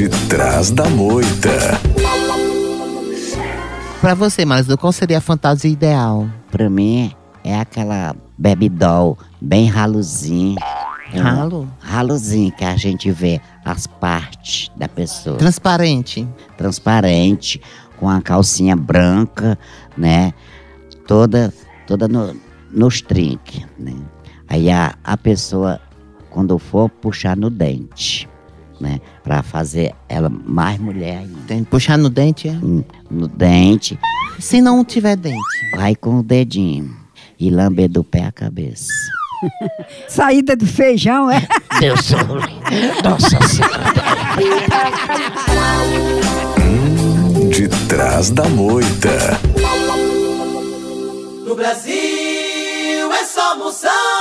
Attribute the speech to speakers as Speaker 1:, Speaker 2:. Speaker 1: Malas da Moita.
Speaker 2: Pra você, Malas, qual seria a fantasia ideal?
Speaker 3: Pra mim, é aquela baby doll bem raluzinho. Ah.
Speaker 2: Ralo?
Speaker 3: Ralozinho que a gente vê as partes da pessoa.
Speaker 2: Transparente.
Speaker 3: transparente, com a calcinha branca, né? Toda, toda no, nos trinques, né? Aí a, a pessoa, quando for, puxar no dente, né? Pra fazer ela mais mulher ainda.
Speaker 2: Tem que puxar no dente, é?
Speaker 3: Hum, No dente,
Speaker 2: Se não tiver dente.
Speaker 3: vai com o dedinho e lamber do pé a cabeça.
Speaker 4: Saída do feijão, é?
Speaker 3: Deus sou... Nossa Senhora.
Speaker 1: De trás da moita.
Speaker 5: No Brasil é só moção.